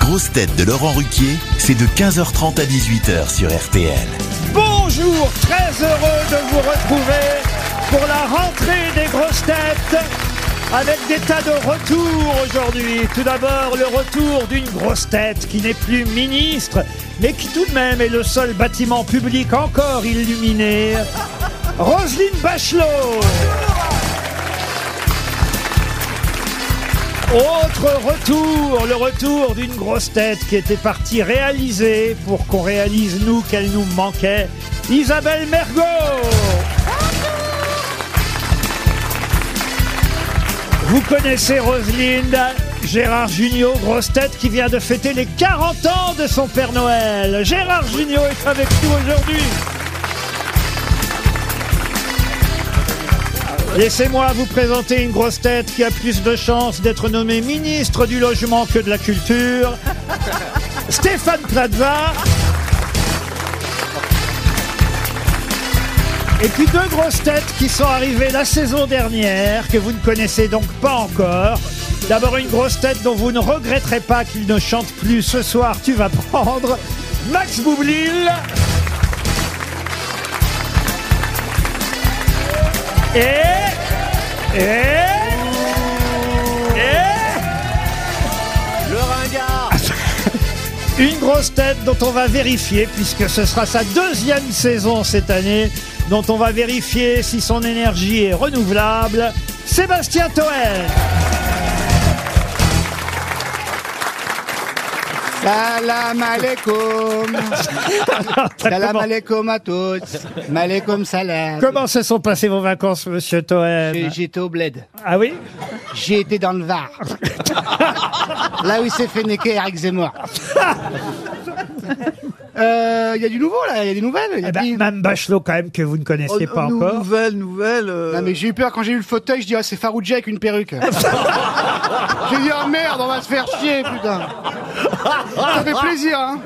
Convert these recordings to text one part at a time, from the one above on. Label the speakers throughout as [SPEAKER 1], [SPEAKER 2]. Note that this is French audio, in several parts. [SPEAKER 1] grosses têtes de Laurent Ruquier, c'est de 15h30 à 18h sur RTL.
[SPEAKER 2] Bonjour, très heureux de vous retrouver pour la rentrée des grosses têtes. Avec des tas de retours aujourd'hui. Tout d'abord, le retour d'une grosse tête qui n'est plus ministre, mais qui tout de même est le seul bâtiment public encore illuminé. Roselyne Bachelot. Autre retour, le retour d'une grosse tête qui était partie réaliser pour qu'on réalise nous qu'elle nous manquait, Isabelle Mergot. Vous connaissez Roselyne, Gérard Junior, grosse tête qui vient de fêter les 40 ans de son Père Noël. Gérard Junior est avec nous aujourd'hui. Laissez-moi vous présenter une grosse tête qui a plus de chances d'être nommée ministre du Logement que de la Culture. Stéphane Plaza. Et puis deux grosses têtes qui sont arrivées la saison dernière, que vous ne connaissez donc pas encore. D'abord une grosse tête dont vous ne regretterez pas qu'il ne chante plus ce soir, tu vas prendre. Max Boublil. Et. Et. Et.
[SPEAKER 3] Le ringard
[SPEAKER 2] Une grosse tête dont on va vérifier, puisque ce sera sa deuxième saison cette année, dont on va vérifier si son énergie est renouvelable, Sébastien Toer.
[SPEAKER 4] Salam alaikum. Salam alaikum à tous. Malaikum salam.
[SPEAKER 2] Comment se sont passées vos vacances, monsieur Toer
[SPEAKER 4] J'ai- J'étais au bled.
[SPEAKER 2] Ah oui
[SPEAKER 4] J'ai été dans le Var. Là où il s'est fait niquer Eric Zemmour. Euh, Il y a du nouveau là, il y a des nouvelles. il y a
[SPEAKER 2] eh ben,
[SPEAKER 4] des-
[SPEAKER 2] Mme Bachelot, quand même, que vous ne connaissez pas encore.
[SPEAKER 5] Nouvelle, nouvelle.
[SPEAKER 2] euh,
[SPEAKER 4] Non, mais j'ai eu peur quand j'ai eu le fauteuil, je dis ah c'est Faroujah avec une perruque. j'ai dit ah merde on va se faire chier putain. Ça fait plaisir hein.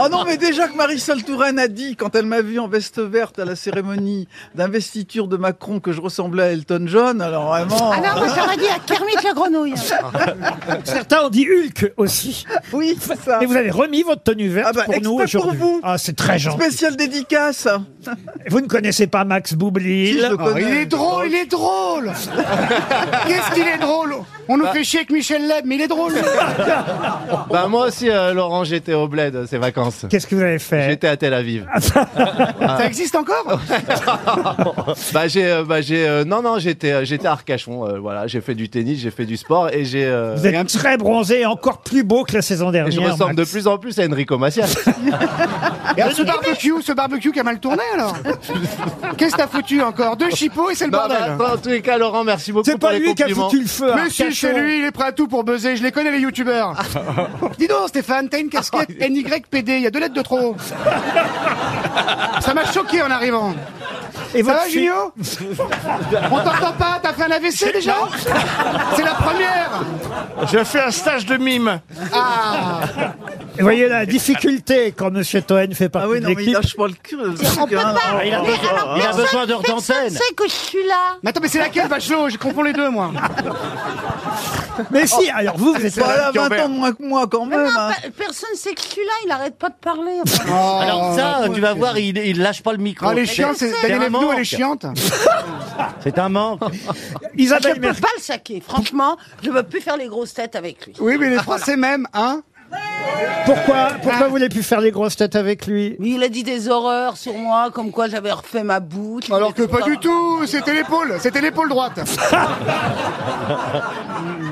[SPEAKER 5] Ah non, mais déjà que Marisol Touraine a dit, quand elle m'a vu en veste verte à la cérémonie d'investiture de Macron, que je ressemblais à Elton John, alors vraiment.
[SPEAKER 6] Ah non, moi j'aurais dit à Kermit la grenouille.
[SPEAKER 2] Certains ont dit Hulk aussi.
[SPEAKER 5] oui, c'est ça.
[SPEAKER 2] Et vous avez remis votre tenue verte
[SPEAKER 5] Ah bah,
[SPEAKER 2] pour nous
[SPEAKER 5] exprès pour
[SPEAKER 2] aujourd'hui.
[SPEAKER 5] vous.
[SPEAKER 2] Ah, c'est très gentil.
[SPEAKER 5] Spécial dédicace.
[SPEAKER 2] Vous ne connaissez pas Max Boublil.
[SPEAKER 5] Si, je le
[SPEAKER 4] Oh, il
[SPEAKER 5] connais.
[SPEAKER 4] est drôle, il est drôle Qu'est-ce qu'il est drôle On nous fait chier avec Michel Leb, mais il est drôle
[SPEAKER 3] Bah moi aussi, euh, Laurent, j'étais au bled euh, ces vacances.
[SPEAKER 2] Qu'est-ce que vous avez fait
[SPEAKER 3] J'étais à Tel Aviv.
[SPEAKER 2] Ah,
[SPEAKER 3] Ah.
[SPEAKER 4] Ça existe encore
[SPEAKER 3] Bah j'ai, euh, bah j'ai, euh, non non, j'étais, euh, j'étais à Arcachon. euh, voilà, j'ai fait du tennis, j'ai fait du sport et j'ai. euh,
[SPEAKER 2] Vous êtes très bronzé et encore plus beau que la saison
[SPEAKER 3] et
[SPEAKER 2] dernière.
[SPEAKER 3] je ressemble
[SPEAKER 2] Max.
[SPEAKER 3] de plus en plus à Enrico Macias.
[SPEAKER 4] Et alors, ce
[SPEAKER 3] Bah,
[SPEAKER 4] barbecue, ce barbecue qui a mal tourné alors Qu'est-ce que t'as foutu encore Deux chipots et c'est le
[SPEAKER 3] Non,
[SPEAKER 4] bordel
[SPEAKER 3] bah, en tous les cas, Laurent, merci beaucoup
[SPEAKER 2] C'est
[SPEAKER 3] pour
[SPEAKER 2] pas
[SPEAKER 3] les
[SPEAKER 2] lui qui a
[SPEAKER 3] compliments.
[SPEAKER 2] foutu le feu. hein. à
[SPEAKER 4] mais si,
[SPEAKER 2] Arcachon.
[SPEAKER 4] chez lui, il est prêt à tout pour buzzer, je les connais les youtubeurs Dis donc Stéphane, t'as une casquette NYPD, il y a deux lettres de trop Ça m'a choqué en arrivant
[SPEAKER 2] Et
[SPEAKER 4] Ça
[SPEAKER 2] votre
[SPEAKER 4] va
[SPEAKER 2] fille-
[SPEAKER 4] Junio On t'entend pas, t'as fait un AVC déjà C'est la première
[SPEAKER 7] Je fais un stage de mime.
[SPEAKER 2] Vous voyez la difficulté quand Monsieur Toen fait partie
[SPEAKER 5] Ah oui,
[SPEAKER 2] de
[SPEAKER 5] non, mais il
[SPEAKER 2] l'équipe.
[SPEAKER 5] lâche pas le cul. le
[SPEAKER 6] On
[SPEAKER 5] truc,
[SPEAKER 6] peut
[SPEAKER 5] hein.
[SPEAKER 4] Ah,
[SPEAKER 6] pas. Il a besoin,
[SPEAKER 7] il a besoin d'heures
[SPEAKER 6] Personne
[SPEAKER 7] d'antenne.
[SPEAKER 6] sait que je suis là.
[SPEAKER 4] Mais attends, mais c'est laquelle Bachelot Je confonds les deux moi
[SPEAKER 2] Mais si, alors vous, vous êtes
[SPEAKER 5] Voilà,
[SPEAKER 7] Madame
[SPEAKER 5] 20 ans de moins que moi quand
[SPEAKER 6] Mais
[SPEAKER 5] même.
[SPEAKER 6] non,
[SPEAKER 4] bah.
[SPEAKER 5] hein.
[SPEAKER 6] pe- personne sait que je suis là. Il arrête pas de parler.
[SPEAKER 7] Alors Ah, ça, tu vas voir, il, il lâche pas le micro.
[SPEAKER 4] Ah, les chiens, c'est
[SPEAKER 6] c'est
[SPEAKER 4] Daniel
[SPEAKER 7] un
[SPEAKER 4] Evenou, elle est
[SPEAKER 7] manque.
[SPEAKER 4] chiante.
[SPEAKER 7] C'est un manque.
[SPEAKER 6] Je
[SPEAKER 2] Isabelle
[SPEAKER 6] peux
[SPEAKER 2] Mergo.
[SPEAKER 6] pas le saquer. Franchement, je veux plus faire les grosses têtes avec lui.
[SPEAKER 4] Oui, mais les Français même, hein
[SPEAKER 2] Pourquoi, pourquoi vous voulez plus faire les grosses têtes avec lui
[SPEAKER 6] Mais il a dit des horreurs sur moi, comme quoi j'avais refait ma bouche.
[SPEAKER 4] Alors que pas du tout, c'était l'épaule, c'était l'épaule droite.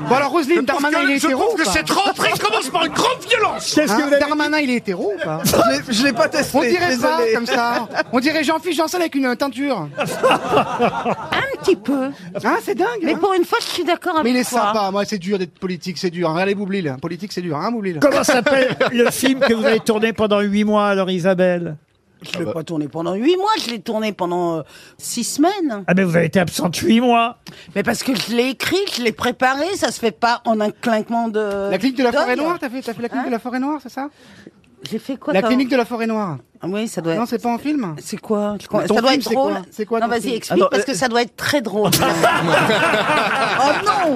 [SPEAKER 4] bon alors Roselyne, Darmanin, il est hétéro ou pas
[SPEAKER 7] rentrée commence par une grande violence.
[SPEAKER 2] Qu'est-ce que
[SPEAKER 4] Hein,
[SPEAKER 2] vous avez
[SPEAKER 4] Darmanin, il est hétéro ou pas
[SPEAKER 5] Je l'ai- Je l'ai pas testé.
[SPEAKER 4] On dirait
[SPEAKER 5] désolé.
[SPEAKER 4] ça, comme ça. On dirait Jean-Philippe Janssen avec une teinture.
[SPEAKER 6] Un petit peu.
[SPEAKER 4] Hein, c'est dingue.
[SPEAKER 6] Mais
[SPEAKER 4] hein.
[SPEAKER 6] pour une fois, je suis d'accord avec toi.
[SPEAKER 4] Mais il est sympa. Moi, c'est dur d'être politique, c'est dur. Regardez Boublil. Politique, c'est dur, hein, Boublil
[SPEAKER 2] Comment s'appelle le film que vous avez tourné pendant huit mois, alors Isabelle
[SPEAKER 6] Je l'ai pas tourné pendant huit mois. Je l'ai tourné pendant euh, six semaines.
[SPEAKER 2] Ah ben vous avez été absente huit mois.
[SPEAKER 6] Mais parce que je l'ai écrit, je l'ai préparé. Ça se fait pas en un clinquement de.
[SPEAKER 4] La clinique de la
[SPEAKER 6] d'œil.
[SPEAKER 4] forêt noire, t'as fait, t'as fait la clinique de la forêt noire, c'est ça
[SPEAKER 6] J'ai fait quoi
[SPEAKER 4] La
[SPEAKER 6] comme-
[SPEAKER 4] clinique de la forêt noire.
[SPEAKER 6] Ah oui, ça doit
[SPEAKER 4] Non,
[SPEAKER 6] être.
[SPEAKER 4] c'est pas en film
[SPEAKER 6] C'est quoi Je comprends-
[SPEAKER 4] Ton
[SPEAKER 6] Ça doit
[SPEAKER 4] film,
[SPEAKER 6] être
[SPEAKER 4] c'est quoi
[SPEAKER 6] drôle.
[SPEAKER 4] C'est quoi
[SPEAKER 6] Non,
[SPEAKER 4] ton
[SPEAKER 6] vas-y,
[SPEAKER 4] film
[SPEAKER 6] explique
[SPEAKER 5] Alors,
[SPEAKER 6] parce
[SPEAKER 5] euh,
[SPEAKER 6] Oh, que ça doit être très drôle.
[SPEAKER 5] Oh non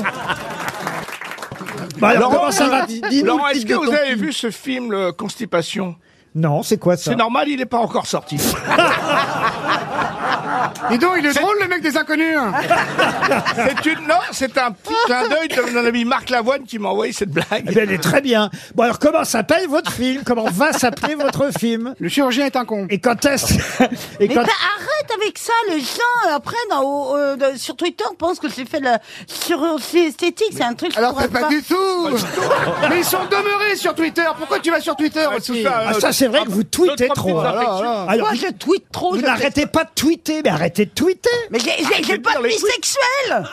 [SPEAKER 2] Bah alors, comment ça va
[SPEAKER 5] dis- dis-nous
[SPEAKER 8] Laurent,
[SPEAKER 5] le
[SPEAKER 8] est-ce
[SPEAKER 5] titre
[SPEAKER 8] que
[SPEAKER 5] de
[SPEAKER 8] vous
[SPEAKER 5] ton
[SPEAKER 8] avez
[SPEAKER 5] film.
[SPEAKER 8] vu ce film le Constipation
[SPEAKER 2] Non, c'est quoi ça
[SPEAKER 8] C'est normal, il n'est pas encore sorti.
[SPEAKER 4] Dis donc, il est drôle le mec des inconnus. hein.
[SPEAKER 8] c'est une... Non, c'est un petit clin d'œil de mon ami Marc Lavoine qui m'a envoyé cette
[SPEAKER 2] Eh
[SPEAKER 8] blague.
[SPEAKER 2] bien, elle est très bien. Bon, alors, comment s'appelle votre film Comment va s'appeler votre film
[SPEAKER 4] Le chirurgien est un con.
[SPEAKER 2] Et quand est-ce et
[SPEAKER 6] Mais
[SPEAKER 2] quand-
[SPEAKER 6] bah, arrête avec ça, les gens euh, après dans- au- euh, de- sur Twitter pensent que j'ai fait la chirurgie esthétique, c'est un truc. que je
[SPEAKER 4] Alors
[SPEAKER 6] pourrais
[SPEAKER 4] c'est pas du tout Mais ils sont demeurés sur Twitter Pourquoi tu vas sur Twitter
[SPEAKER 8] Tout
[SPEAKER 4] aussi
[SPEAKER 8] ça,
[SPEAKER 2] Ah, ça, c'est vrai que vous tweetez trop. hein. Alors,
[SPEAKER 6] Moi, je tweete trop.
[SPEAKER 2] vous
[SPEAKER 6] je fais-
[SPEAKER 2] n'arrêtez pas de tweeter, mais arrêtez de tweeter.
[SPEAKER 6] Mais j'ai- j'ai j'ai pas de vie sexuelle.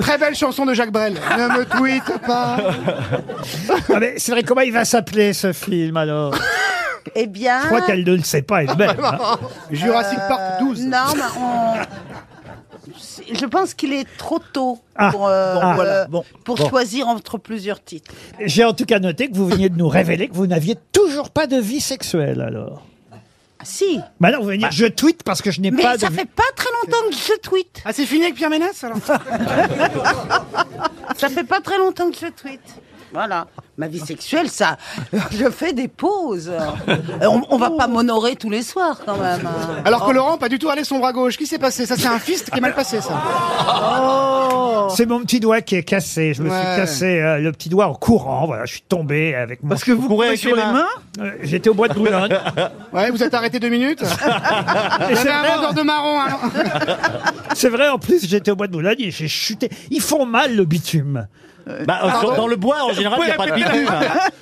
[SPEAKER 4] Très belle chanson de Jacques Brel. Ne me tweete pas.
[SPEAKER 2] Ah, mais c'est vrai, comment il va s'appeler ce film alors
[SPEAKER 6] Eh bien.
[SPEAKER 2] Je crois qu'elle ne le sait pas elle-même.
[SPEAKER 6] Ah,
[SPEAKER 2] hein.
[SPEAKER 4] Jurassic
[SPEAKER 6] euh,
[SPEAKER 4] Park 12.
[SPEAKER 6] Non, mais on. C'est- Je pense qu'il est trop tôt
[SPEAKER 2] Ah,
[SPEAKER 6] pour, euh,
[SPEAKER 2] bon,
[SPEAKER 6] pour,
[SPEAKER 2] voilà,
[SPEAKER 6] euh,
[SPEAKER 2] bon,
[SPEAKER 6] pour
[SPEAKER 2] bon.
[SPEAKER 6] choisir entre plusieurs titres.
[SPEAKER 2] J'ai en tout cas noté que vous veniez de nous révéler que vous n'aviez toujours pas de vie sexuelle alors.
[SPEAKER 6] Ah, si,
[SPEAKER 2] Bah non, vous venez dire je tweete parce que je n'ai
[SPEAKER 6] mais
[SPEAKER 2] pas
[SPEAKER 6] ça
[SPEAKER 2] de vie.
[SPEAKER 6] fait pas très longtemps que je tweete.
[SPEAKER 4] Ah c'est fini avec Pierre Ménès alors
[SPEAKER 6] Ça fait pas très longtemps que je tweete. Voilà. Ma vie sexuelle, ça. Je fais des pauses. Euh, On, on va pas m'honorer tous les soirs, quand même. hein.
[SPEAKER 8] Ah,
[SPEAKER 4] Alors que Laurent pas du tout allé son bras gauche. Qui s'est passé Ça c'est un fist qui est mal passé ça.
[SPEAKER 2] C'est mon petit doigt qui est cassé. Je me suis
[SPEAKER 4] Ouais.
[SPEAKER 2] cassé euh, le petit doigt en courant. Voilà, je suis tombé avec mon.
[SPEAKER 5] Parce que vous
[SPEAKER 7] courez
[SPEAKER 5] courez
[SPEAKER 7] avec
[SPEAKER 5] sur
[SPEAKER 7] les
[SPEAKER 5] les mains
[SPEAKER 2] Euh, J'étais au bois de Boulogne.
[SPEAKER 4] Ouais, vous êtes arrêté deux minutes.
[SPEAKER 2] Et
[SPEAKER 4] J'avais
[SPEAKER 2] c'est
[SPEAKER 4] un
[SPEAKER 2] vrai,
[SPEAKER 4] vendeur de marron. Ah, hein.
[SPEAKER 2] c'est vrai, en plus, j'étais au bois de Boulogne et j'ai chuté. Ils font mal le bitume.
[SPEAKER 7] Bah, euh, sur- dans le bois, en général, il n'y a pas de bitume.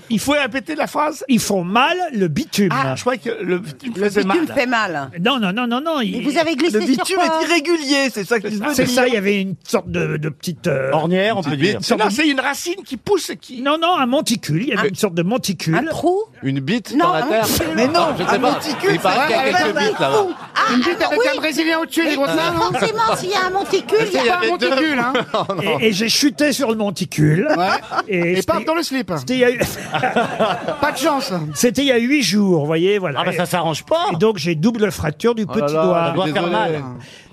[SPEAKER 8] Il faut répéter la phrase.
[SPEAKER 2] Ils font mal le bitume.
[SPEAKER 8] Ah, je croyais que le, tu me
[SPEAKER 6] Le
[SPEAKER 8] faisais
[SPEAKER 6] bitume
[SPEAKER 8] mal.
[SPEAKER 6] fait mal.
[SPEAKER 2] Non, non, non, non, non.
[SPEAKER 6] Et
[SPEAKER 2] ils-
[SPEAKER 6] vous avez glissé
[SPEAKER 5] Le
[SPEAKER 6] sur
[SPEAKER 5] bitume
[SPEAKER 6] quoi
[SPEAKER 5] est irrégulier, c'est ça que tu veux
[SPEAKER 2] C'est
[SPEAKER 5] dire.
[SPEAKER 2] ça, il y avait une sorte de, de petite. euh,
[SPEAKER 7] Ornière, on peut dire.
[SPEAKER 8] C'est- Non, c'est une racine qui pousse et qui.
[SPEAKER 2] Non, non, un monticule. Il y avait
[SPEAKER 6] Un-
[SPEAKER 2] une sorte de monticule.
[SPEAKER 6] Un trou
[SPEAKER 3] Une bite
[SPEAKER 6] Non,
[SPEAKER 3] dans la
[SPEAKER 6] un
[SPEAKER 3] terre
[SPEAKER 6] monticule.
[SPEAKER 5] Mais non,
[SPEAKER 3] je
[SPEAKER 5] un
[SPEAKER 7] Ah,
[SPEAKER 3] sais pas.
[SPEAKER 5] monticule,
[SPEAKER 3] Il paraît
[SPEAKER 4] c'est
[SPEAKER 3] qu'il y a
[SPEAKER 4] vrai,
[SPEAKER 3] quelques
[SPEAKER 4] ouais,
[SPEAKER 3] bites là-bas.
[SPEAKER 6] Ah,
[SPEAKER 4] Une bite
[SPEAKER 6] alors
[SPEAKER 4] avec
[SPEAKER 6] oui.
[SPEAKER 4] un Brésilien au-dessus des grosses mains. non
[SPEAKER 6] Forcément, s'il y a un monticule, il y
[SPEAKER 4] C'est
[SPEAKER 6] a
[SPEAKER 4] pas un
[SPEAKER 3] avait deux.
[SPEAKER 4] monticule hein.
[SPEAKER 2] Et, et j'ai chuté sur le monticule.
[SPEAKER 4] Ouais.
[SPEAKER 2] Et,
[SPEAKER 4] Et
[SPEAKER 2] c'était-
[SPEAKER 4] paf dans le slip. hein.
[SPEAKER 2] c'était il y a eu-
[SPEAKER 4] Pas de chance.
[SPEAKER 2] c'était il y a huit jours, vous voyez, voilà.
[SPEAKER 7] Ah, bah, ça s'arrange pas.
[SPEAKER 2] Et donc j'ai double fracture du petit
[SPEAKER 3] là là,
[SPEAKER 9] Ah,
[SPEAKER 2] doigt.
[SPEAKER 7] Ça doit faire
[SPEAKER 3] Désolé.
[SPEAKER 7] mal.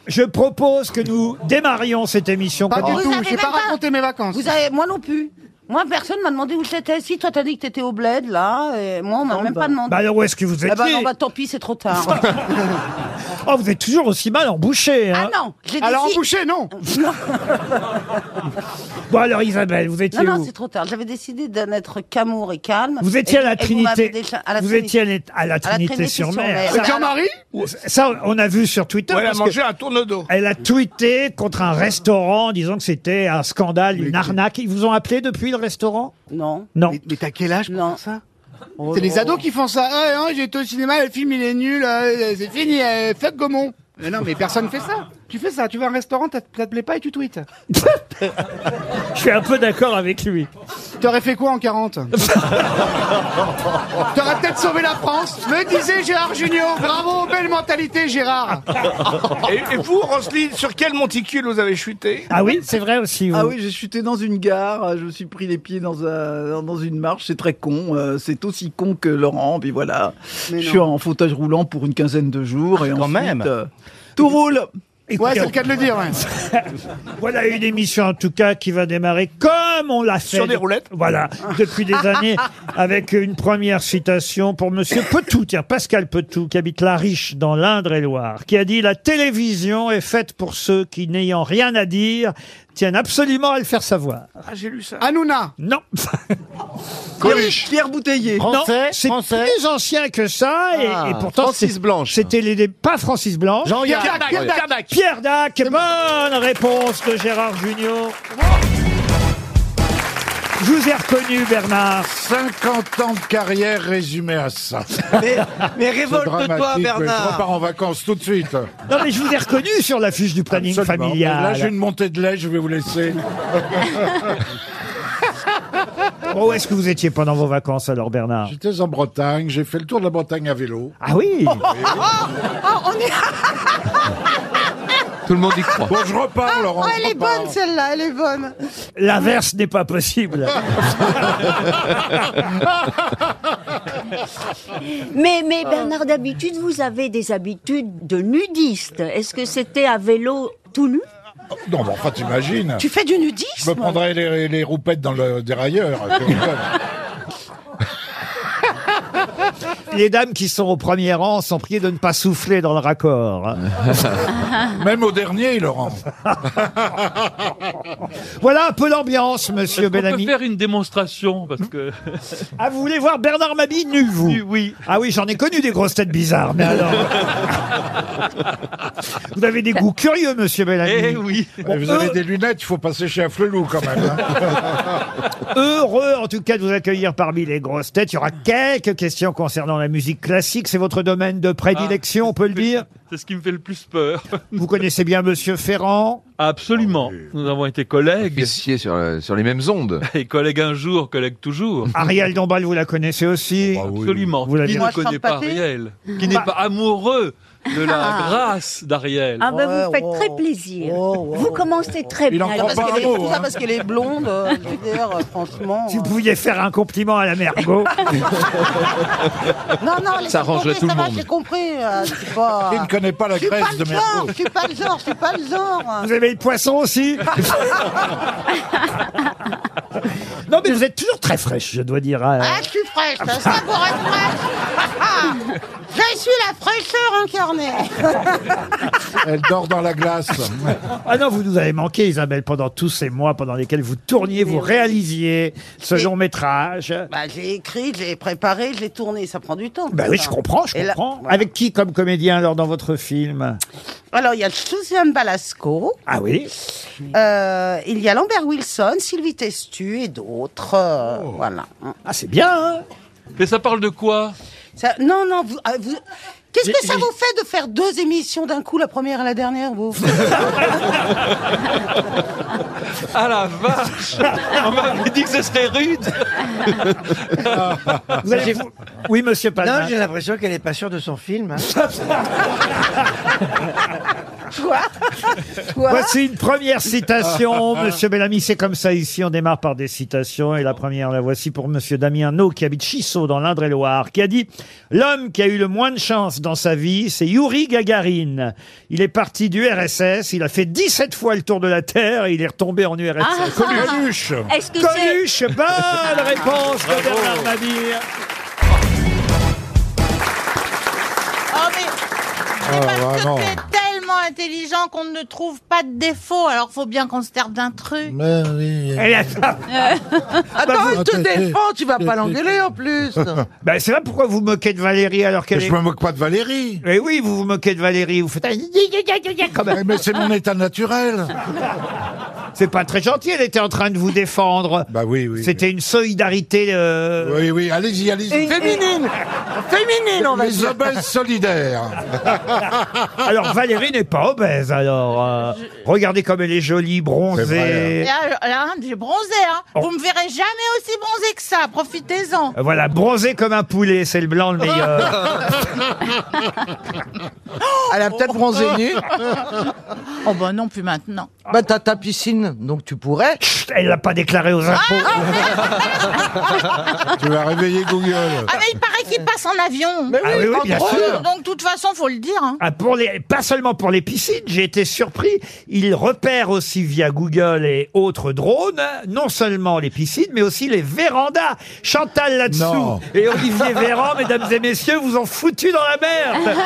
[SPEAKER 2] Je propose que nous démarrions cette émission.
[SPEAKER 4] Pas
[SPEAKER 2] comme-
[SPEAKER 4] du
[SPEAKER 6] Vous
[SPEAKER 4] tout.
[SPEAKER 6] avez
[SPEAKER 4] J'ai pas
[SPEAKER 6] même pas-
[SPEAKER 4] raconté mes vacances.
[SPEAKER 6] Vous avez, moi non plus. Moi, personne m'a demandé où j'étais. Si, toi, t'as dit que t'étais au bled, là. Et moi, on m'a même pas demandé.
[SPEAKER 2] Bah alors où est-ce que vous étiez
[SPEAKER 6] Eh ben, non, bah, tant pis, c'est trop tard.
[SPEAKER 2] Oh, vous êtes toujours aussi mal embouché.
[SPEAKER 6] ah
[SPEAKER 2] Hein.
[SPEAKER 6] non, j'ai dit.
[SPEAKER 4] Alors
[SPEAKER 6] si-
[SPEAKER 4] embouché non.
[SPEAKER 6] Non,
[SPEAKER 2] bon alors Isabelle, vous étiez
[SPEAKER 6] non, non,
[SPEAKER 2] où
[SPEAKER 6] c'est trop tard. J'avais décidé d'en être qu'amour et calme.
[SPEAKER 2] Vous étiez à la
[SPEAKER 6] Et- et vous m'avez
[SPEAKER 2] Trinité.
[SPEAKER 6] déjà- à la
[SPEAKER 2] vous
[SPEAKER 6] Trinité.
[SPEAKER 2] étiez à la- à la Trinité-sur-Mer.
[SPEAKER 6] Trinité-sur-Mer.
[SPEAKER 2] Ça-
[SPEAKER 4] Jean-Marie
[SPEAKER 2] Ça, on a vu sur Twitter.
[SPEAKER 8] Ouais, elle a
[SPEAKER 2] parce que
[SPEAKER 8] mangé un tourne-dos.
[SPEAKER 2] elle a tweeté contre un restaurant, disant que c'était un scandale, une arnaque. Ils vous ont appelé depuis le restaurant
[SPEAKER 6] Non.
[SPEAKER 2] Non.
[SPEAKER 4] Mais, mais t'as quel âge pour
[SPEAKER 6] Non.
[SPEAKER 4] faire ça C'est les ados qui font ça. Ah non, j'ai été au cinéma, le film il est nul, euh, c'est fini, euh, fuck Gaumont. Mais non, mais personne fait ça. Tu fais ça, tu vas à un restaurant, ça te ça te plaît pas et tu tweets.
[SPEAKER 2] Je suis un peu d'accord avec lui.
[SPEAKER 4] T'aurais fait quoi en 40 T'aurais peut-être sauvé la France, me disait Gérard Junior. Bravo, belle mentalité Gérard.
[SPEAKER 8] Et, et vous, Roselyne, sur quel monticule vous avez chuté
[SPEAKER 2] Ah oui, c'est vrai aussi.
[SPEAKER 10] Euh,
[SPEAKER 2] vous.
[SPEAKER 5] Ah oui, j'ai chuté dans une gare, euh, je me suis pris les pieds dans, un- dans une marche, c'est très con, euh, c'est aussi con que Laurent, puis voilà. Je suis en fauteuil roulant pour une quinzaine de jours
[SPEAKER 10] Ah,
[SPEAKER 5] et
[SPEAKER 7] Quand
[SPEAKER 5] ensuite,
[SPEAKER 7] même.
[SPEAKER 5] euh, tout roule.
[SPEAKER 2] Écoutez,
[SPEAKER 4] Ouais, c'est le cas de le dire. ouais.
[SPEAKER 2] Voilà une émission en tout cas qui va démarrer comme on l'a fait.
[SPEAKER 8] Sur des roulettes.
[SPEAKER 2] Voilà, depuis des années, avec une première citation pour Monsieur Petou, tiens, Pascal Petou, qui habite La Riche dans l'Indre-et-Loire, qui a dit La télévision est faite pour ceux qui, n'ayant rien à dire, tiennent absolument à le faire savoir.
[SPEAKER 8] Ah, j'ai lu ça.
[SPEAKER 4] Hanouna,
[SPEAKER 2] Non,
[SPEAKER 5] Pierre, Pierre Bouteiller.
[SPEAKER 2] non
[SPEAKER 7] Français,
[SPEAKER 2] c'est
[SPEAKER 7] français.
[SPEAKER 2] plus ancien que ça, et,
[SPEAKER 7] Ah,
[SPEAKER 2] et pourtant.
[SPEAKER 3] Francis
[SPEAKER 2] c'est-
[SPEAKER 3] Blanche.
[SPEAKER 2] C'était les. dé- Pas Francis Blanche.
[SPEAKER 7] Jean-Yann.
[SPEAKER 8] Pierre Dac, Pierre Dac.
[SPEAKER 2] Pierre Dac, bonne réponse de Gérard Junior. Je vous ai reconnu, Bernard.
[SPEAKER 9] 50 ans de carrière résumée à ça.
[SPEAKER 5] Mais,
[SPEAKER 10] Ah,
[SPEAKER 5] mais
[SPEAKER 9] C'est dramatique, mais Je repars en vacances tout de suite.
[SPEAKER 2] Non, mais je vous ai reconnu sur la fiche du planning
[SPEAKER 9] Absolument. Là, j'ai
[SPEAKER 2] familial.
[SPEAKER 9] une montée de lait, je vais vous laisser.
[SPEAKER 2] Oh, où est-ce que vous étiez pendant vos vacances, alors, Bernard
[SPEAKER 9] J'étais en Bretagne, j'ai fait le tour de la Bretagne à vélo.
[SPEAKER 2] Ah oui
[SPEAKER 3] Tout le monde y croit.
[SPEAKER 9] Bon, je repars, Laurent.
[SPEAKER 8] Ah,
[SPEAKER 9] je repars.
[SPEAKER 6] celle-là, elle est bonne.
[SPEAKER 2] L'inverse n'est pas possible.
[SPEAKER 11] Eh,
[SPEAKER 12] Mais, mais
[SPEAKER 13] Ah.
[SPEAKER 12] Bernard, d'habitude, vous avez des habitudes de nudiste. Est-ce que c'était à vélo tout nu
[SPEAKER 4] Non, mais enfin, t'imagines.
[SPEAKER 8] Tu fais du nudisme
[SPEAKER 13] Bah,
[SPEAKER 4] Je me prendrais les, les roupettes dans le dérailleur.
[SPEAKER 2] Les dames qui sont au premier rang sont priées de ne pas souffler dans le raccord.
[SPEAKER 4] Même au dernier, Laurent.
[SPEAKER 2] voilà un peu l'ambiance, monsieur
[SPEAKER 5] On peut
[SPEAKER 2] Bellamy.
[SPEAKER 5] faire une démonstration parce que.
[SPEAKER 2] Ah, vous voulez voir Bernard Mabille nu, vous Oui. Ah oui, j'en ai connu des grosses têtes bizarres, mais alors... vous avez des goûts curieux, monsieur Bellamy.
[SPEAKER 10] Eh
[SPEAKER 5] Eh
[SPEAKER 4] oui. vous avez des lunettes, il faut passer chez un flelou quand même.
[SPEAKER 2] Heureux, en tout cas, de vous accueillir parmi les grosses têtes. Il y aura quelques questions concernant la musique classique. C'est votre domaine de prédilection, on peut le dire
[SPEAKER 5] C'est ce qui me fait le plus peur.
[SPEAKER 2] Vous connaissez bien Monsieur Ferrand
[SPEAKER 9] Ah,
[SPEAKER 5] Absolument. Nous avons été collègues.
[SPEAKER 14] sur, le- sur les mêmes ondes.
[SPEAKER 5] Et collègues un jour, collègues toujours.
[SPEAKER 2] Ariel Dombal, vous la connaissez aussi
[SPEAKER 5] Oh,
[SPEAKER 9] Ah,
[SPEAKER 5] bah Absolument.
[SPEAKER 2] Vous l'avez
[SPEAKER 5] qui ne connaît pas Ariel Qui n'est
[SPEAKER 7] Bah.
[SPEAKER 5] pas amoureux de la
[SPEAKER 12] Ah.
[SPEAKER 5] grâce d'Ariel
[SPEAKER 12] Ah ben vous me faites très plaisir. Vous commencez très bien.
[SPEAKER 8] Parce qu'elle est- tout
[SPEAKER 2] hein.
[SPEAKER 8] ça parce qu'elle est blonde, euh, je veux dire, euh, franchement.
[SPEAKER 2] Si vous pouviez faire un compliment à la mère Go.
[SPEAKER 8] Non, non, laissez
[SPEAKER 2] Ça arrangerait
[SPEAKER 8] tomber,
[SPEAKER 2] tout
[SPEAKER 8] ça
[SPEAKER 2] le
[SPEAKER 8] va,
[SPEAKER 2] monde.
[SPEAKER 8] J'ai compris. euh, c'est pas...
[SPEAKER 4] Il ne connaît pas la
[SPEAKER 8] Je suis pas
[SPEAKER 4] graisse
[SPEAKER 8] le
[SPEAKER 4] de
[SPEAKER 8] genre,
[SPEAKER 4] Mergo.
[SPEAKER 8] je suis pas le genre, je suis pas le genre.
[SPEAKER 2] Vous aimez le poisson aussi Non, mais vous êtes toujours très fraîche, je dois dire. euh.
[SPEAKER 8] Ah, je suis fraîche, hein, ça pour être fraîche. Ah, je suis la fraîcheur incarnée.
[SPEAKER 4] Elle dort dans la glace.
[SPEAKER 2] Ah non, vous nous avez manqué, Isabelle, pendant tous ces mois pendant lesquels vous tourniez, vous réalisiez ce long métrage.
[SPEAKER 8] bah, j'ai écrit, j'ai préparé, j'ai tourné, ça prend du temps.
[SPEAKER 2] Bah oui, je
[SPEAKER 8] ça.
[SPEAKER 2] comprends, je
[SPEAKER 8] Et là-
[SPEAKER 2] comprends. Avec qui comme comédien alors dans votre film
[SPEAKER 8] Alors, il y a Suzanne Balasco.
[SPEAKER 2] Ah oui.
[SPEAKER 8] Euh, il y a Lambert Wilson, Sylvie Testu et d'autres. euh, Voilà.
[SPEAKER 2] Ah, c'est bien.
[SPEAKER 5] Mais ça parle de quoi
[SPEAKER 8] Ça- non, non, vous. ah, vous- Qu'est-ce que
[SPEAKER 5] J'ai-
[SPEAKER 8] ça
[SPEAKER 5] j'ai-
[SPEAKER 8] vous fait de faire deux émissions d'un coup, la première et la dernière, vous
[SPEAKER 5] Ah la vache On m'avait dit que ce serait rude
[SPEAKER 2] Vous allez vous- Oui, monsieur Palma.
[SPEAKER 10] Non, j'ai l'impression qu'elle n'est pas sûre de son film. hein.
[SPEAKER 8] Quoi
[SPEAKER 2] Voici une première citation,
[SPEAKER 4] Ah.
[SPEAKER 2] Monsieur Bellamy. C'est comme ça ici, on démarre par des citations. Et la première, la voici pour Monsieur Damien No, qui habite Chissot, dans l'Indre-et-Loire, qui a dit « L'homme qui a eu le moins de chance dans sa vie, c'est Yuri Gagarine. Il est parti du RSS, il a fait 17 fois le tour de la Terre et il est retombé en URSS.
[SPEAKER 4] Ah, Coluche. est-ce que c'est-
[SPEAKER 2] Coluche, bonne réponse de
[SPEAKER 4] Bravo.
[SPEAKER 2] Bernard Mabille.
[SPEAKER 6] Oh, mais c'est tellement intelligent qu'on ne trouve pas de défaut, alors faut bien qu'on se serve d'un truc.
[SPEAKER 4] Mais oui.
[SPEAKER 2] Elle a-
[SPEAKER 10] Attends, elle
[SPEAKER 9] Ah,
[SPEAKER 10] te défend, tu vas pas l'engueuler en plus.
[SPEAKER 2] Ben, c'est là pourquoi vous moquez de Valérie alors qu'elle
[SPEAKER 4] Mais
[SPEAKER 2] est...
[SPEAKER 4] je me moque pas de Valérie.
[SPEAKER 2] Mais oui, vous vous moquez de Valérie, vous faites...
[SPEAKER 4] Mais, Eh, mais c'est mon état naturel.
[SPEAKER 2] C'est pas très gentil, elle était en train de vous défendre.
[SPEAKER 4] Bah oui, oui.
[SPEAKER 2] C'était une solidarité. euh,
[SPEAKER 4] Oui, oui, allez-y, allez-y. Une- Féminine.
[SPEAKER 10] Féminine, on va
[SPEAKER 4] Les
[SPEAKER 10] dire.
[SPEAKER 4] obèses solidaires.
[SPEAKER 2] Alors Valérie n'est pas obèse, alors. euh, regardez comme elle est jolie,
[SPEAKER 6] Et
[SPEAKER 2] bronzée.
[SPEAKER 4] hein.
[SPEAKER 6] Ah, là, là, j'ai bronzé, hein.
[SPEAKER 2] Oh.
[SPEAKER 6] Vous me verrez jamais aussi bronzé que ça, profitez-en.
[SPEAKER 2] Euh, Voilà, bronzée comme un poulet, c'est le blanc le meilleur.
[SPEAKER 10] Elle a peut-être bronzé nue.
[SPEAKER 6] Oh bah non, plus maintenant.
[SPEAKER 10] Bah t'as ta piscine, donc tu pourrais.
[SPEAKER 2] Elle l'a pas déclaré aux impôts.
[SPEAKER 4] tu vas réveiller Google.
[SPEAKER 6] Ah mais il paraît qu'il passe en avion. Mais
[SPEAKER 2] oui, Ah oui, oui, bien sûr.
[SPEAKER 6] Donc de toute façon, faut le dire. hein.
[SPEAKER 2] Ah, pour les, pas seulement pour les piscines, j'ai été surpris. Il repère aussi via Google et autres drones, non seulement les piscines, mais aussi les vérandas. Chantal là-dessous
[SPEAKER 4] Non.
[SPEAKER 2] et Olivier Véran, mesdames et messieurs, vous ont foutu dans la merde.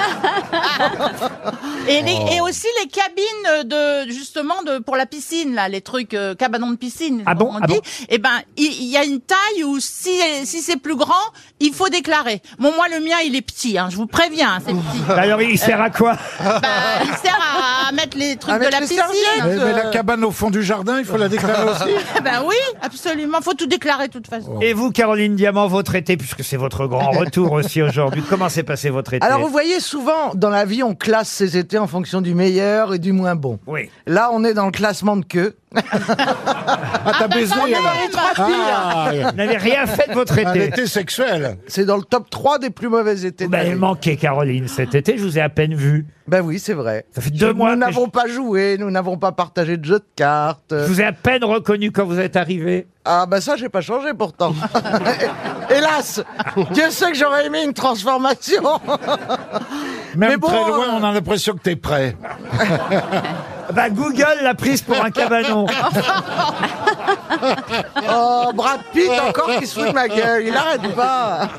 [SPEAKER 6] Et, les-
[SPEAKER 2] Oh.
[SPEAKER 6] et aussi les cabines euh, de justement de pour la piscine là, les trucs euh, cabanons de piscine.
[SPEAKER 2] Ah bon,
[SPEAKER 6] comme on
[SPEAKER 2] ah
[SPEAKER 6] dit.
[SPEAKER 2] bon.
[SPEAKER 6] Eh ben, il il y, a une taille où si si c'est plus grand, il faut déclarer. Bon, moi le mien, il est petit. Hein, je vous préviens, hein, c'est petit.
[SPEAKER 2] Bah Alors, il sert à quoi
[SPEAKER 6] Bah, il sert à, à mettre les trucs
[SPEAKER 4] Avec
[SPEAKER 6] de la
[SPEAKER 4] les
[SPEAKER 6] piscine.
[SPEAKER 4] Mais, mais la cabane au fond du jardin, il faut la déclarer aussi.
[SPEAKER 6] ben oui, absolument. Faut tout déclarer de toute façon.
[SPEAKER 2] Et vous, Caroline Diamant, votre été, puisque c'est votre grand retour aussi aujourd'hui, comment s'est passé votre été
[SPEAKER 10] Alors vous voyez souvent dans la vie on classe ses étés en fonction du meilleur et du moins bon.
[SPEAKER 2] Oui.
[SPEAKER 10] Là on est dans le classement de queue.
[SPEAKER 4] Ah, t'as baisé.
[SPEAKER 2] Oh,
[SPEAKER 10] on est dans les trois
[SPEAKER 4] Ah,
[SPEAKER 10] pires.
[SPEAKER 4] Vous n'avez rien fait de votre été. Un été
[SPEAKER 10] sexuel. C'est dans le top 3 des plus mauvais étés.
[SPEAKER 2] Vous m'avez manqué, Caroline, cet été, je vous ai à peine vu.
[SPEAKER 10] Ben oui, c'est vrai.
[SPEAKER 2] Ça fait deux mois
[SPEAKER 10] Nous
[SPEAKER 2] que je-
[SPEAKER 10] n'avons pas joué, nous n'avons pas partagé de jeu de cartes.
[SPEAKER 2] Je vous ai à peine reconnu quand vous êtes arrivé.
[SPEAKER 10] Ah ben ça, j'ai pas changé pourtant. Hélas Dieu sait que j'aurais aimé une transformation
[SPEAKER 4] Même
[SPEAKER 10] Mais bon,
[SPEAKER 4] très loin, on a l'impression que t'es prêt.
[SPEAKER 10] hein.
[SPEAKER 2] Bah, Google l'a prise pour un cabanon.
[SPEAKER 15] Oh, Brad Pitt encore qui se fout de ma gueule, il arrête pas.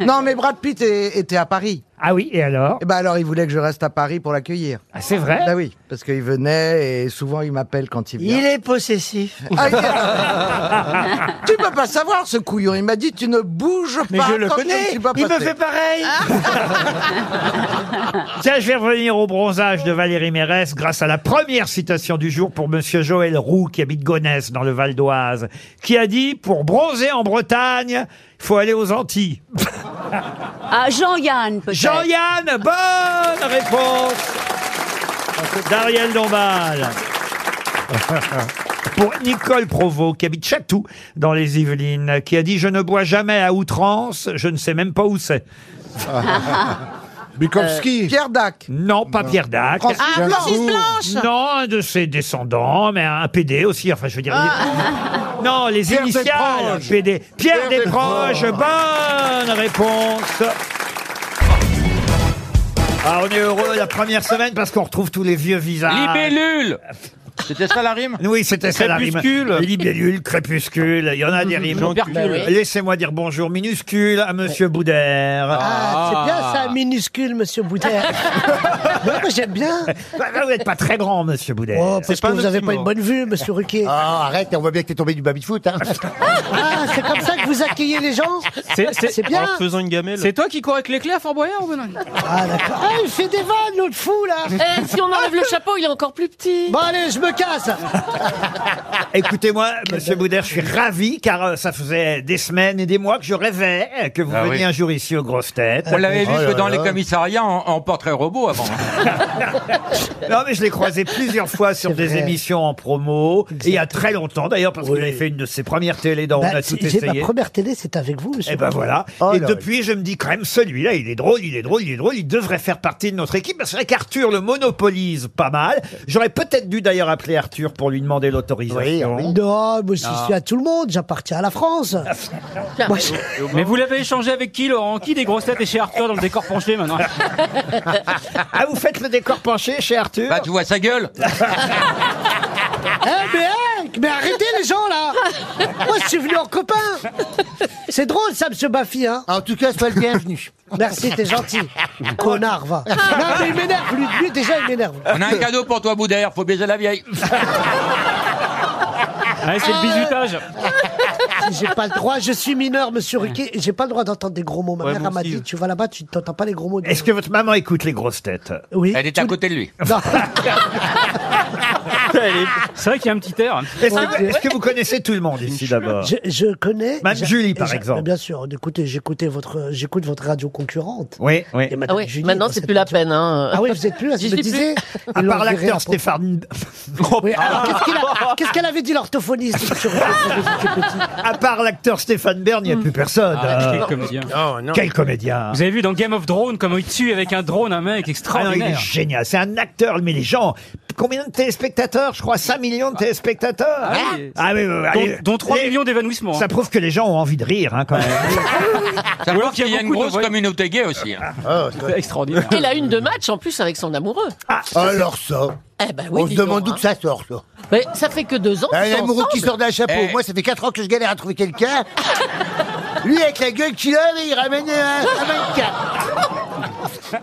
[SPEAKER 15] Non, mais Brad Pitt est- était à Paris.
[SPEAKER 2] Ah oui, et alors
[SPEAKER 15] Eh ben alors, il voulait que je reste à Paris pour l'accueillir.
[SPEAKER 2] Ah, c'est vrai
[SPEAKER 15] Bah oui, parce qu'il venait et souvent il m'appelle quand il vient.
[SPEAKER 10] Il est possessif.
[SPEAKER 15] Ah, il- tu peux pas savoir ce couillon. Il m'a dit tu ne bouges pas.
[SPEAKER 2] Bah,
[SPEAKER 10] Mais je le
[SPEAKER 15] tant que
[SPEAKER 10] connais,
[SPEAKER 15] ne suis pas
[SPEAKER 10] il me
[SPEAKER 15] passé.
[SPEAKER 10] fait pareil.
[SPEAKER 2] Tiens, je vais revenir au bronzage de Valérie Mérès grâce à la première citation du jour pour Monsieur Joël Roux, qui habite Gonesse, dans le Val d'Oise, qui a dit « Pour bronzer en Bretagne, il faut aller aux Antilles
[SPEAKER 16] Ah, Jean-Yann, ». peut-être.
[SPEAKER 2] Jean-Yann, bonne réponse d'Ariel Dombal. Pour Nicole Provost, qui habite Chatou, dans les Yvelines, qui a dit « Je ne bois jamais à outrance, je ne sais même pas où c'est ».
[SPEAKER 9] Bukowski. Euh,
[SPEAKER 15] Pierre Dac.
[SPEAKER 2] Non, pas
[SPEAKER 9] Non.
[SPEAKER 2] Pierre Dac.
[SPEAKER 9] Francis Ah, Francis Gainsbourg. Blanche.
[SPEAKER 2] Non, un de ses descendants, mais un PD aussi. Enfin, je veux dire. les- Non, les
[SPEAKER 10] Ah. Pierre
[SPEAKER 2] initiales.
[SPEAKER 10] Desproges.
[SPEAKER 2] PD. Pierre,
[SPEAKER 10] Pierre
[SPEAKER 2] Desproges.
[SPEAKER 10] Desproges.
[SPEAKER 2] Bonne réponse. Ah, on est heureux la première semaine parce qu'on retrouve tous les vieux visages.
[SPEAKER 13] Libellule C'était ça la rime
[SPEAKER 2] Oui, c'était ça la rime.
[SPEAKER 13] Crépuscule.
[SPEAKER 2] Libellule, crépuscule, il y en a des rimes.
[SPEAKER 10] Bah
[SPEAKER 13] Opercule.
[SPEAKER 2] Laissez-moi dire bonjour minuscule à monsieur Boudère.
[SPEAKER 10] Ah, c'est bien ça, minuscule, monsieur Boudère. Ouais, moi, j'aime bien.
[SPEAKER 2] Bah, bah, vous n'êtes pas très grand, monsieur Boudet.
[SPEAKER 10] Oh, parce que vous n'avez pas une bonne vue, monsieur Ruquier.
[SPEAKER 17] Ah, arrête, on voit bien que t'es tombé du baby-foot. Hein.
[SPEAKER 10] Ah, c'est comme ça que vous accueillez les gens C'est bien.
[SPEAKER 13] une gamelle. C'est toi qui cours avec les clés à Fort Boyard ou Benoît
[SPEAKER 10] Ah, d'accord. Ah, il fait des vannes, l'autre fou, là.
[SPEAKER 11] Eh, si on enlève le chapeau, il est encore plus petit.
[SPEAKER 10] Bon, allez, je me casse.
[SPEAKER 2] Écoutez-moi, monsieur Boudère, je suis ravi car euh, ça faisait des semaines et des mois que je rêvais euh, que vous
[SPEAKER 13] Ah oui.
[SPEAKER 2] veniez un jour ici aux grosses têtes.
[SPEAKER 13] On l'avait
[SPEAKER 17] Oh
[SPEAKER 13] vu que dans les commissariats, on, on portrait robot avant.
[SPEAKER 2] Non, mais je l'ai croisé plusieurs fois sur des
[SPEAKER 10] vrai.
[SPEAKER 2] émissions en promo. Et il y a très longtemps d'ailleurs, parce que j'avais fait une de ses premières télés dans
[SPEAKER 10] Bah,
[SPEAKER 2] On a
[SPEAKER 10] si
[SPEAKER 2] tout
[SPEAKER 10] j'ai ma
[SPEAKER 2] essayé.
[SPEAKER 10] première télé, c'est avec vous, monsieur.
[SPEAKER 2] Et ben
[SPEAKER 10] Boudère.
[SPEAKER 2] voilà.
[SPEAKER 10] Oh
[SPEAKER 2] et
[SPEAKER 10] là
[SPEAKER 2] depuis, je me dis quand même, celui-là, il est drôle, il est drôle, il est drôle, il devrait faire partie de notre équipe. Parce que C'est vrai qu'Arthur le monopolise pas mal. J'aurais peut-être dû d'ailleurs appeler Arthur pour lui demander l'autorisation.
[SPEAKER 10] Non, moi, je
[SPEAKER 2] Non.
[SPEAKER 10] suis à tout le monde, j'appartiens à la France.
[SPEAKER 9] Ah.
[SPEAKER 10] Moi, je-
[SPEAKER 13] Mais vous l'avez échangé avec qui, Laurent Qui des grosses têtes est chez Arthur dans le décor penché maintenant
[SPEAKER 2] Ah, vous faites le décor penché chez Arthur
[SPEAKER 13] Bah, tu vois sa gueule
[SPEAKER 10] Eh, mais, hey, mais arrêtez les gens là Moi je suis venu en copain C'est drôle ça, monsieur Baffy, hein En tout cas, sois le bienvenu. Merci, t'es gentil. Connard, va. Non, mais il m'énerve, lui, lui, déjà, il m'énerve.
[SPEAKER 13] On a un cadeau pour toi, Boudère, faut baiser la vieille. Allez, c'est le bisutage.
[SPEAKER 10] J'ai pas le droit, je suis mineur, monsieur Ruquet, j'ai pas le droit d'entendre des gros mots. Ma
[SPEAKER 2] Ouais,
[SPEAKER 10] mère
[SPEAKER 2] moi
[SPEAKER 10] elle m'a
[SPEAKER 2] aussi,
[SPEAKER 10] dit,
[SPEAKER 2] ouais.
[SPEAKER 10] tu vas là-bas, tu t'entends pas les gros mots.
[SPEAKER 2] Est-ce que votre maman écoute les grosses têtes
[SPEAKER 10] Oui.
[SPEAKER 13] Elle est à côté de lui.
[SPEAKER 10] Non.
[SPEAKER 13] C'est vrai qu'il y a un petit air.
[SPEAKER 2] Est-ce que, est-ce que vous connaissez tout le monde ici d'abord
[SPEAKER 10] Je, je connais.
[SPEAKER 2] Madame
[SPEAKER 10] j'a-
[SPEAKER 2] Julie, par
[SPEAKER 10] j'a-
[SPEAKER 2] exemple.
[SPEAKER 10] Bien sûr. Écoutez, j'écoutais votre, j'écoute votre radio concurrente.
[SPEAKER 2] Oui, oui.
[SPEAKER 10] Et
[SPEAKER 11] Ah
[SPEAKER 10] Madame
[SPEAKER 11] oui,
[SPEAKER 10] Julie,
[SPEAKER 11] maintenant
[SPEAKER 10] dans
[SPEAKER 11] c'est
[SPEAKER 10] cette
[SPEAKER 11] plus la
[SPEAKER 10] radio-
[SPEAKER 11] peine. Hein.
[SPEAKER 10] Ah oui, vous êtes plus là, je
[SPEAKER 11] J'y
[SPEAKER 10] me
[SPEAKER 11] suis plus.
[SPEAKER 10] disais.
[SPEAKER 2] À
[SPEAKER 10] ils l'ont
[SPEAKER 2] part
[SPEAKER 10] viré
[SPEAKER 2] l'acteur
[SPEAKER 10] à propos.
[SPEAKER 2] Stéphane.
[SPEAKER 10] Oui, alors qu'est-ce qu'il a- qu'est-ce qu'elle avait dit l'orthophoniste sur
[SPEAKER 2] À part l'acteur Stéphane Bern, il n'y a plus personne.
[SPEAKER 13] Ah, quel
[SPEAKER 2] Euh,
[SPEAKER 13] comédien.
[SPEAKER 2] Quel comédien
[SPEAKER 13] Vous avez vu dans Game of Drone comment il tue avec un drone un mec
[SPEAKER 2] Ah non, il est
[SPEAKER 13] extraordinaire.
[SPEAKER 2] génial. C'est un acteur, mais les gens. Combien de téléspectateurs Je crois 5 millions de téléspectateurs.
[SPEAKER 13] Ah oui.
[SPEAKER 2] Ah oui, oui, oui,
[SPEAKER 13] Dont-
[SPEAKER 2] allez.
[SPEAKER 13] dont 3
[SPEAKER 2] Les-
[SPEAKER 13] millions d'évanouissements, hein.
[SPEAKER 2] Ça prouve que les gens ont envie de rire, hein, quand même.
[SPEAKER 13] Ça prouve qu'il y a une grosse communauté gay aussi. hein. C'est extraordinaire.
[SPEAKER 11] Il a une de match en plus avec son amoureux.
[SPEAKER 17] Alors ça,
[SPEAKER 11] Eh
[SPEAKER 10] Ah
[SPEAKER 11] ben oui,
[SPEAKER 17] on se
[SPEAKER 11] dis
[SPEAKER 17] demande
[SPEAKER 11] donc,
[SPEAKER 17] d'où que ça sort. Ça.
[SPEAKER 11] hein. Mais ça fait que deux ans.
[SPEAKER 4] Ah,
[SPEAKER 17] Un
[SPEAKER 11] qu'ils sont
[SPEAKER 17] amoureux qui
[SPEAKER 11] ensemble.
[SPEAKER 17] sort d'un chapeau.
[SPEAKER 13] Eh.
[SPEAKER 17] Moi, ça fait 4 ans que je galère à trouver quelqu'un. Lui, avec la gueule qu'il a, il ramène un, un mannequin.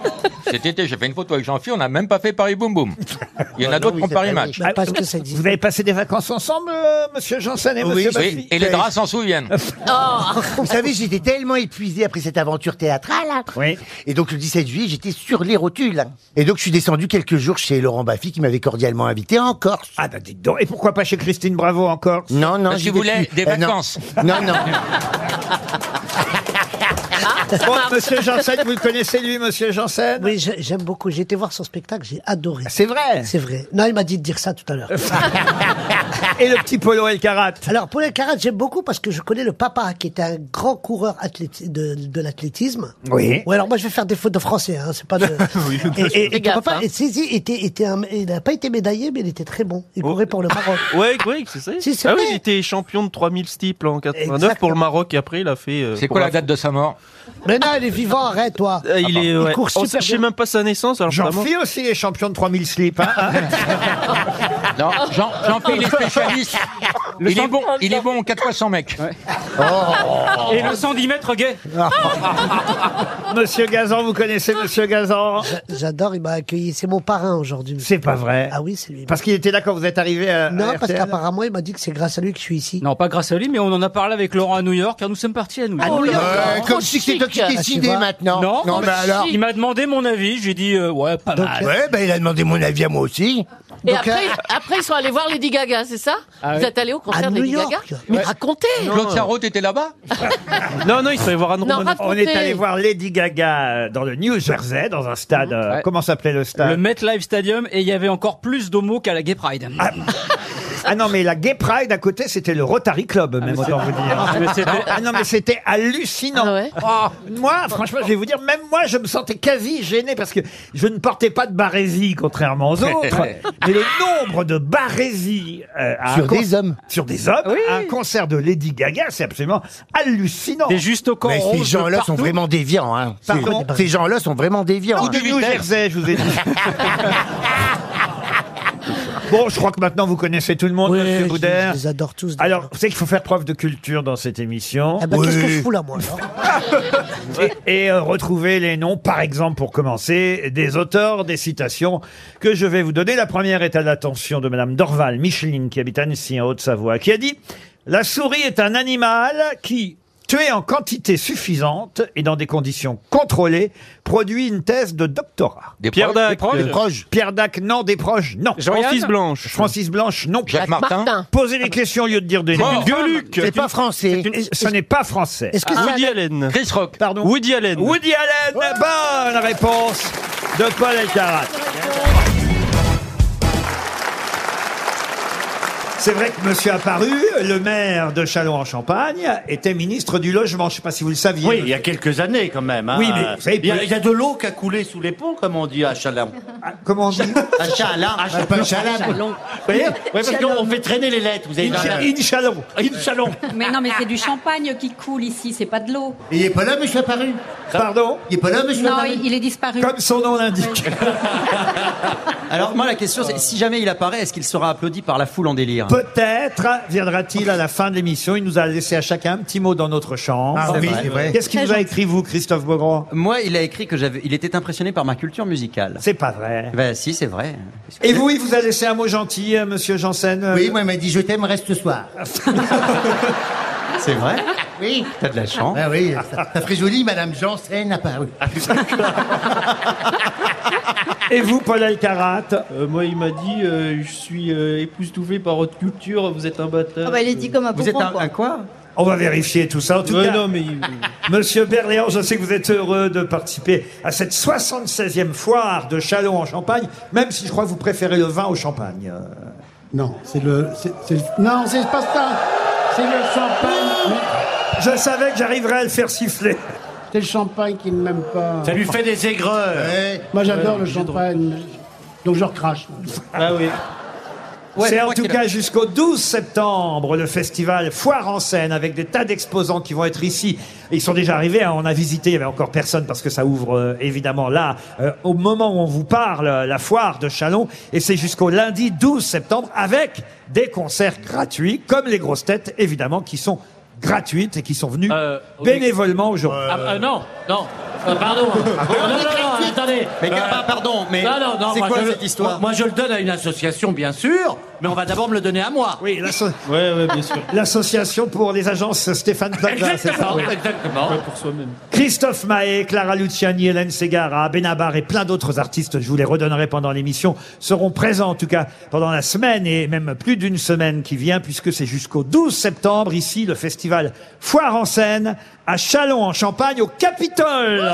[SPEAKER 13] Cet été, j'ai fait une photo avec jean philippe on n'a même pas fait Paris Boum Boum. Il
[SPEAKER 17] Bah
[SPEAKER 13] y en a d'autres qui ont Paris Match.
[SPEAKER 10] Bah,
[SPEAKER 2] Ah, vous avez passé des vacances ensemble, euh, monsieur Janssen et monsieur Baffi
[SPEAKER 13] oui, et les draps s'en souviennent.
[SPEAKER 17] Oh. Vous savez, j'étais tellement épuisé après cette aventure théâtrale. hein. Et donc, le 17 juillet, j'étais sur les rotules. hein. Et donc, je suis descendu quelques jours chez Laurent Baffy, qui m'avait cordialement invité en Corse.
[SPEAKER 2] Ah, bah dites donc. Et pourquoi pas chez Christine Bravo en Corse
[SPEAKER 17] Non, non,
[SPEAKER 13] Parce
[SPEAKER 17] j'y
[SPEAKER 13] qu'il
[SPEAKER 17] vais
[SPEAKER 13] voulait
[SPEAKER 17] plus.
[SPEAKER 13] des
[SPEAKER 17] Euh, non.
[SPEAKER 13] vacances.
[SPEAKER 17] Non, non.
[SPEAKER 2] Bon, Oh, monsieur Janssen, vous le connaissez, lui, monsieur Janssen
[SPEAKER 10] Oui, j'ai- j'aime beaucoup. J'ai été voir son spectacle, j'ai adoré.
[SPEAKER 2] C'est vrai
[SPEAKER 10] C'est vrai. Non, il m'a dit de dire ça tout à l'heure.
[SPEAKER 2] Et le petit Polo El Karat
[SPEAKER 13] Ah,
[SPEAKER 10] Alors, pour les Karat, j'aime beaucoup parce que je connais le papa qui était un grand coureur athléti- de, de l'athlétisme.
[SPEAKER 2] Oui.
[SPEAKER 10] Ouais, alors moi, je vais faire des fautes de français, hein, c'est pas de... et, et- et ton
[SPEAKER 11] gaffe,
[SPEAKER 10] papa,
[SPEAKER 11] hein.
[SPEAKER 10] et, si, si, était, était un- il n'a pas été médaillé, mais il était très bon. Il courait pour le Maroc.
[SPEAKER 18] Ouais, ouais, c'est ça.
[SPEAKER 10] Si, c'est
[SPEAKER 18] ah oui,
[SPEAKER 10] vrai.
[SPEAKER 18] il était champion de 3000 steeples en 89
[SPEAKER 10] Exactement.
[SPEAKER 18] pour le Maroc et après il a fait. euh,
[SPEAKER 13] C'est
[SPEAKER 18] pour
[SPEAKER 13] quoi la date de sa mort
[SPEAKER 10] Mais non, il est vivant, arrête, toi.
[SPEAKER 13] Euh,
[SPEAKER 19] Ah,
[SPEAKER 13] il est, ouais.
[SPEAKER 10] court
[SPEAKER 13] On
[SPEAKER 10] super
[SPEAKER 13] sait- je sais
[SPEAKER 10] bien.
[SPEAKER 13] même pas sa naissance. Alors
[SPEAKER 18] Jean
[SPEAKER 13] vraiment.
[SPEAKER 18] Phi aussi est champion de 3000 slips. hein.
[SPEAKER 19] Non, Jean, Jean Phi, il est spécialiste. il, est bon, il est bon en 4 fois 100 mecs.
[SPEAKER 10] Oh.
[SPEAKER 13] Et le 110 mètres gay.
[SPEAKER 2] Monsieur Gazan, vous connaissez Monsieur Gazan
[SPEAKER 10] J'adore, il m'a accueilli. C'est mon parrain aujourd'hui.
[SPEAKER 18] C'est pas vrai.
[SPEAKER 10] Ah oui, c'est lui.
[SPEAKER 18] Parce qu'il était là quand vous êtes arrivé à.
[SPEAKER 10] Non,
[SPEAKER 18] à
[SPEAKER 10] parce
[SPEAKER 18] RTL.
[SPEAKER 10] qu'apparemment, il m'a dit que c'est grâce à lui que je suis ici.
[SPEAKER 13] Non, pas grâce à lui, mais on en a parlé avec Laurent à New York, car nous sommes partis à New York.
[SPEAKER 10] À New York,
[SPEAKER 17] Euh, comme si c'était toi qui
[SPEAKER 13] Ah, tu
[SPEAKER 17] décidais
[SPEAKER 13] vois.
[SPEAKER 17] maintenant.
[SPEAKER 13] Non,
[SPEAKER 17] Non, mais alors-
[SPEAKER 13] Il m'a demandé mon avis, j'ai dit, euh, ouais, pas mal.
[SPEAKER 17] Ouais, ben il a demandé mon avis à moi aussi.
[SPEAKER 11] Et après, après, ils sont allés voir Lady Gaga, c'est ça
[SPEAKER 13] euh, Ah
[SPEAKER 11] Vous
[SPEAKER 13] oui.
[SPEAKER 11] êtes allés au concert
[SPEAKER 13] À
[SPEAKER 11] de
[SPEAKER 13] New
[SPEAKER 11] Lady
[SPEAKER 13] York.
[SPEAKER 11] Gaga Mais racontez
[SPEAKER 19] Claude Sarraute était là-bas
[SPEAKER 13] Non, non, il fallait voir Anne
[SPEAKER 11] Non,
[SPEAKER 13] Romanoff.
[SPEAKER 11] racontez.
[SPEAKER 2] On est allé voir Lady Gaga euh, dans le New Jersey, dans un stade. euh, Comment s'appelait le stade
[SPEAKER 13] Le MetLife Stadium, et il y avait encore plus d'homos qu'à la Gay Pride.
[SPEAKER 2] Ah non, mais la Gay Pride à côté, c'était le Rotary Club, même autant vous dire.
[SPEAKER 13] Ah, mais c'était-
[SPEAKER 2] Ah non, mais c'était hallucinant. Oh, moi, franchement, je vais vous dire, même moi, je me sentais quasi gêné parce que je ne portais pas de barésie, contrairement aux autres. mais le nombre de barésies euh, à un
[SPEAKER 17] Sur
[SPEAKER 2] con-
[SPEAKER 17] des hommes.
[SPEAKER 2] Sur des hommes, à un concert de Lady Gaga, c'est absolument hallucinant.
[SPEAKER 13] Des justes-corps
[SPEAKER 17] Mais ces
[SPEAKER 13] roses de
[SPEAKER 17] gens-là sont
[SPEAKER 13] partout.
[SPEAKER 17] vraiment déviants. Hein. Ces-
[SPEAKER 2] Pardon
[SPEAKER 17] Ces gens-là sont vraiment déviants.
[SPEAKER 2] Ou
[SPEAKER 17] hein.
[SPEAKER 2] du New Jersey, je vous ai dit. Bon, je crois que maintenant vous connaissez tout le monde, Monsieur Boudère.
[SPEAKER 10] je les adore tous.
[SPEAKER 2] Alors, vous savez qu'il faut faire preuve de culture dans cette émission.
[SPEAKER 10] Ah bah, qu'est-ce que je fous là, moi alors
[SPEAKER 2] et, et, euh, retrouver les noms, par exemple, pour commencer, des auteurs, des citations que je vais vous donner. La première est à l'attention de Madame Dorval Micheline, qui habite Annecy, en Haute-Savoie, qui a dit « La souris est un animal qui, tué en quantité suffisante et dans des conditions contrôlées, produit une thèse de doctorat. »
[SPEAKER 19] Des Pierre proches, Dac, des proches. des proches.
[SPEAKER 2] Pierre Dac, non, des proches, non.
[SPEAKER 19] Jean-Yann
[SPEAKER 2] Francis Blanche. Francis Blanche, non.
[SPEAKER 19] Jacques Martin. Martin.
[SPEAKER 2] Posez les questions au lieu de dire des
[SPEAKER 19] C'est
[SPEAKER 2] noms.
[SPEAKER 19] une gueuluque.
[SPEAKER 2] C'est
[SPEAKER 19] C'est
[SPEAKER 2] une-
[SPEAKER 19] pas français.
[SPEAKER 2] c'est une- Ce n'est pas français.
[SPEAKER 19] Est-ce que Ah, ça- Woody
[SPEAKER 2] Allen.
[SPEAKER 19] Chris Rock.
[SPEAKER 2] Pardon.
[SPEAKER 19] Woody Allen.
[SPEAKER 2] Woody Allen, bonne réponse de Paul Elkarat. C'est vrai que monsieur Apparu, le maire de Châlons-en-Champagne, était ministre du Logement. Je ne sais pas si vous le saviez.
[SPEAKER 20] Oui, il y a quelques années quand même. hein.
[SPEAKER 2] Oui, mais vous savez,
[SPEAKER 20] il y a,
[SPEAKER 2] Paul-
[SPEAKER 20] il y a de l'eau qui a coulé sous les ponts, comme on dit à Chalam.
[SPEAKER 2] Comment on dit
[SPEAKER 20] À Chalam.
[SPEAKER 2] Ah, je- pas Chalam.
[SPEAKER 20] Vous voyez Oui, parce qu'on fait traîner les lettres. Vous avez
[SPEAKER 2] Incha- Inchallon.
[SPEAKER 20] Inchallon.
[SPEAKER 21] Mais non, mais c'est du champagne qui coule ici, c'est pas de l'eau.
[SPEAKER 20] Il n'est pas là, monsieur Apparu.
[SPEAKER 2] Pardon
[SPEAKER 20] Il n'est pas là,
[SPEAKER 21] Non, il, il est disparu.
[SPEAKER 2] Comme son nom l'indique.
[SPEAKER 22] Alors moi la question c'est si jamais il apparaît, est-ce qu'il sera applaudi par la foule en délire
[SPEAKER 2] Peut-être viendra-t-il à la fin de l'émission. Il nous a laissé à chacun un petit mot dans notre chambre.
[SPEAKER 22] Ah oui, c'est vrai.
[SPEAKER 2] Qu'est-ce qu'il
[SPEAKER 22] Très
[SPEAKER 2] nous a
[SPEAKER 22] gentil.
[SPEAKER 2] écrit, vous, Christophe Beaugrand
[SPEAKER 22] Moi, il a écrit que j'avais il était impressionné par ma culture musicale.
[SPEAKER 2] C'est pas vrai.
[SPEAKER 22] Ben si, c'est vrai.
[SPEAKER 2] Et vous, il vous a laissé un mot gentil, euh, monsieur Janssen euh,
[SPEAKER 20] Oui, moi, il m'a dit Je t'aime, reste ce soir.
[SPEAKER 22] C'est vrai
[SPEAKER 20] Oui.
[SPEAKER 22] T'as de la chance.
[SPEAKER 23] Ben
[SPEAKER 20] Ah oui, ça, ça ferait joli, Madame Janssen apparue.
[SPEAKER 2] Et vous, Paul Alcarat
[SPEAKER 24] Euh, Moi, il m'a dit euh, je suis époustouflé par votre culture, vous êtes un bâtard.
[SPEAKER 25] Ah bah, il est dit comme un Vous êtes un- pompon, quoi. un
[SPEAKER 22] quoi
[SPEAKER 2] On va vérifier tout ça. En tout
[SPEAKER 24] Ouais,
[SPEAKER 2] cas,
[SPEAKER 24] non, mais
[SPEAKER 2] Monsieur Berléand, je sais que vous êtes heureux de participer à cette 76e foire de Chalon en Champagne, même si je crois que vous préférez le vin au champagne. euh.
[SPEAKER 23] Non, c'est le, c'est- c'est le- Non, c'est pas ça. C'est le champagne.
[SPEAKER 2] Je savais que j'arriverais à le faire siffler.
[SPEAKER 23] C'est le champagne qui ne m'aime pas.
[SPEAKER 20] Ça lui fait des aigreurs.
[SPEAKER 23] Moi, j'adore le
[SPEAKER 20] Ouais,
[SPEAKER 23] champagne. Donc, je recrache.
[SPEAKER 2] Ah oui.
[SPEAKER 23] Ouais,
[SPEAKER 2] c'est
[SPEAKER 23] je
[SPEAKER 2] en
[SPEAKER 23] crois
[SPEAKER 2] tout
[SPEAKER 23] qu'il
[SPEAKER 2] cas
[SPEAKER 23] a-
[SPEAKER 2] jusqu'au 12 septembre le festival Foire en scène avec des tas d'exposants qui vont être ici. Ils sont déjà arrivés, hein, on a visité, il n'y avait encore personne parce que ça ouvre euh, évidemment là euh, au moment où on vous parle, euh, la foire de Chalon. Et c'est jusqu'au lundi 12 septembre avec des concerts gratuits comme les grosses têtes évidemment qui sont gratuites et qui sont venues bénévolement aujourd'hui.
[SPEAKER 10] Euh,
[SPEAKER 24] Ah, ah, non, non. Euh, pardon.
[SPEAKER 22] Ah,
[SPEAKER 24] non, non, non, attendez.
[SPEAKER 22] Mais
[SPEAKER 24] Euh,
[SPEAKER 22] Gabin, pardon, mais
[SPEAKER 24] non, non, non,
[SPEAKER 22] c'est
[SPEAKER 24] moi,
[SPEAKER 22] quoi
[SPEAKER 24] je-
[SPEAKER 22] cette histoire
[SPEAKER 20] Moi, je le donne à une association, bien sûr, mais on va d'abord me le donner à moi.
[SPEAKER 2] Oui, L'association pour les agences Stéphane Plaza, c'est ça
[SPEAKER 20] Exactement,
[SPEAKER 2] oui.
[SPEAKER 20] exactement.
[SPEAKER 24] Pour soi-même.
[SPEAKER 2] Christophe Mahé, Clara Luciani, Hélène Segara, Benabar et plein d'autres artistes, je vous les redonnerai pendant l'émission, seront présents en tout cas pendant la semaine et même plus d'une semaine qui vient puisque c'est jusqu'au 12 septembre ici le festival Foire en scène à Châlons en Champagne au Capitole.